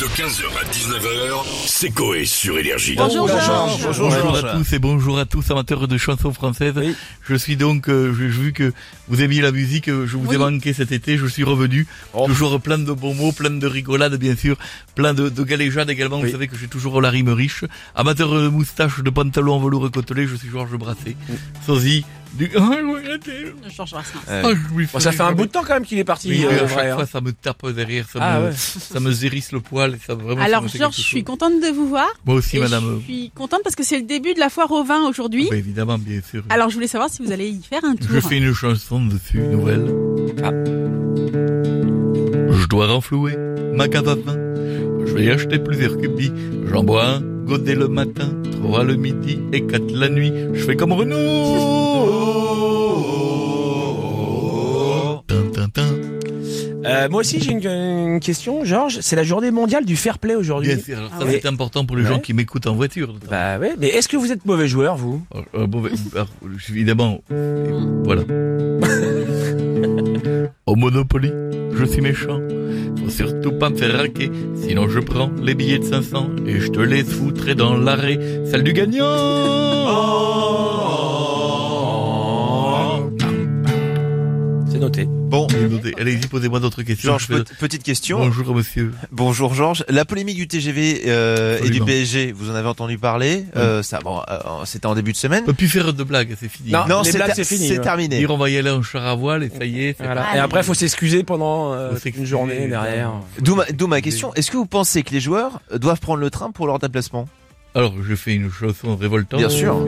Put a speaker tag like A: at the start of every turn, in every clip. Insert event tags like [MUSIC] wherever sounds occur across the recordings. A: De 15h à 19h, c'est Coé sur Énergie.
B: Bonjour, Georges.
C: Bonjour, à tous et bonjour à tous amateurs de chansons françaises. Je suis donc, euh, j'ai vu que vous aimiez la musique, euh, je vous
B: Oui.
C: ai manqué cet été, je suis revenu.
D: Oh.
C: Toujours plein de bons mots, plein de rigolades bien sûr, plein de, de galéjades également. Vous
D: Oui.
C: savez que j'ai toujours la rime riche. Amateur de moustache, de pantalon en velours côtelé, je suis Georges Brassé. Sosie du... [LAUGHS] Ah, regardez.
B: Georges Brassens.
D: Ouais.
C: Ah, je lui
D: Bon, ça
C: fais
D: fait un
C: rigoler.
D: bout de temps quand même qu'il est parti.
C: Oui,
D: euh,
C: mais à
D: vrai,
C: chaque
D: hein.
C: fois ça me tape derrière, ça,
D: Ah
C: me,
D: ouais.
C: ça me hérisse le poil, et ça vraiment... ça
B: Alors
C: me fait
B: Georges, je
C: quelque
B: suis
C: chose.
B: contente de vous voir.
C: Moi aussi
B: Et
C: madame.
B: Je suis contente parce que c'est le début de la foire au vin aujourd'hui.
C: Bah, évidemment, bien sûr.
B: Alors je voulais savoir si vous allez y faire un tour.
C: Je fais une chanson dessus, une nouvelle.
D: Euh. Ah.
C: Je dois renflouer ma cave à vin. Je vais y acheter plusieurs cubis. J'en bois un, godet le matin, trois le midi et quatre la nuit. Je fais comme
D: Ah
C: Renaud. Tintin, tintin.
D: Euh, moi aussi, j'ai une, une question, Georges. C'est la journée mondiale du fair play aujourd'hui.
C: Bien sûr, alors ça
D: ouais.
C: c'est important pour les gens
D: Ah Bah Ouais.
C: qui m'écoutent en voiture. notamment.
D: Bah ouais, mais est-ce que vous êtes mauvais joueur, vous
C: Alors, euh, bon, ben, alors, évidemment, euh, voilà. Au Monopoly, je suis méchant. Faut surtout pas me faire raquer. Sinon, je prends les billets de 500 et je te laisse foutre dans l'arrêt. Celle du gagnant
D: C'est noté.
C: Bon, écoutez, allez-y, posez-moi d'autres questions.
E: Georges,
C: Je fais-
E: pe- petite question. Bonjour,
C: Bonjour, monsieur.
E: Georges. La polémique du TGV euh, et
C: Absolument.
E: du PSG, vous en avez entendu parler. Euh, ça, bon, euh, c'était en début de semaine.
C: On peut plus faire de Ah. blagues, c'est fini.
D: Non, les
E: c'est
D: blagues,
E: ter-
D: c'est fini, ouais.
E: terminé.
C: Dire on va y aller en char à voile et ça y est. c'est-
D: Voilà. Et après, faut s'excuser pendant euh,
C: Faut
D: toute
C: s'excuser,
D: une journée derrière.
E: D'où ma, d'où ma question. Est-ce que vous pensez que les joueurs euh, doivent prendre le train pour leur déplacement
C: Alors, je fais une chanson révoltante.
E: Bien sûr.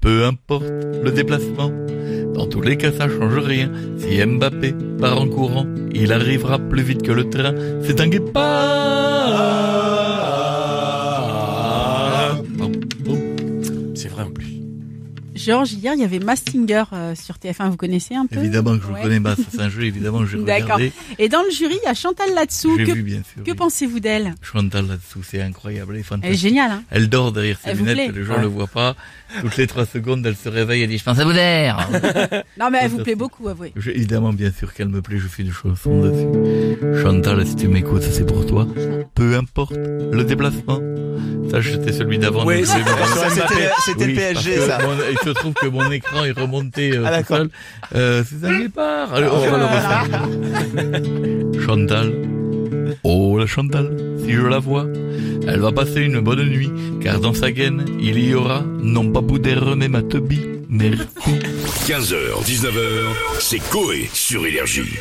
C: Peu importe le déplacement, dans tous les cas ça change rien. Si Mbappé part en courant, il arrivera plus vite que le train. C'est un guépard.
D: C'est vrai en plus.
B: Georges, hier il y avait Mastinger euh, sur TF1, vous connaissez un peu
C: Évidemment que je
B: Ouais.
C: connais pas, c'est un jeu, évidemment j'ai
B: D'accord.
C: regardé,
B: Et dans le jury, il y a Chantal là-dessous.
C: j'ai
B: Que,
C: vu bien sûr.
B: que
C: oui.
B: pensez-vous d'elle
C: Chantal là-dessous, c'est incroyable, elle
B: Elle
C: est
B: est
C: fantastique.
B: géniale. Hein
C: Elle dort derrière ses
B: Elle vous plaît.
C: lunettes, les gens
D: Ouais.
C: le voient pas. Toutes les trois secondes, elle se réveille et dit, je pense à vous d'air.
B: non mais elle
C: Tout
B: vous
C: à
B: plaît
C: fait.
B: beaucoup, avouez.
C: Je- évidemment, bien sûr qu'elle me plaît, je fais des chansons dessus. Chantal, si tu m'écoutes, c'est pour toi. Peu importe le déplacement. Ça, c'était celui d'avant.
D: Oui,
C: donc je
D: c'est-
C: vais
E: [LAUGHS]
C: me rendre-
E: Ça, c'était c'était
C: Oui,
E: le PSG,
C: parce que
E: ça.
C: mon- il se trouve que mon écran est remonté euh,
E: Ah,
C: tout
E: d'accord.
C: seul. Euh, c'est un départ. Allez, on va le
E: [LAUGHS]
C: refaire. Chantal. Oh la Chantal, si je la vois, elle va passer une bonne nuit, car dans sa gaine, il y aura non pas Boudère mais Matebi, mais
A: 15h, 19h, c'est Coé sur Énergie.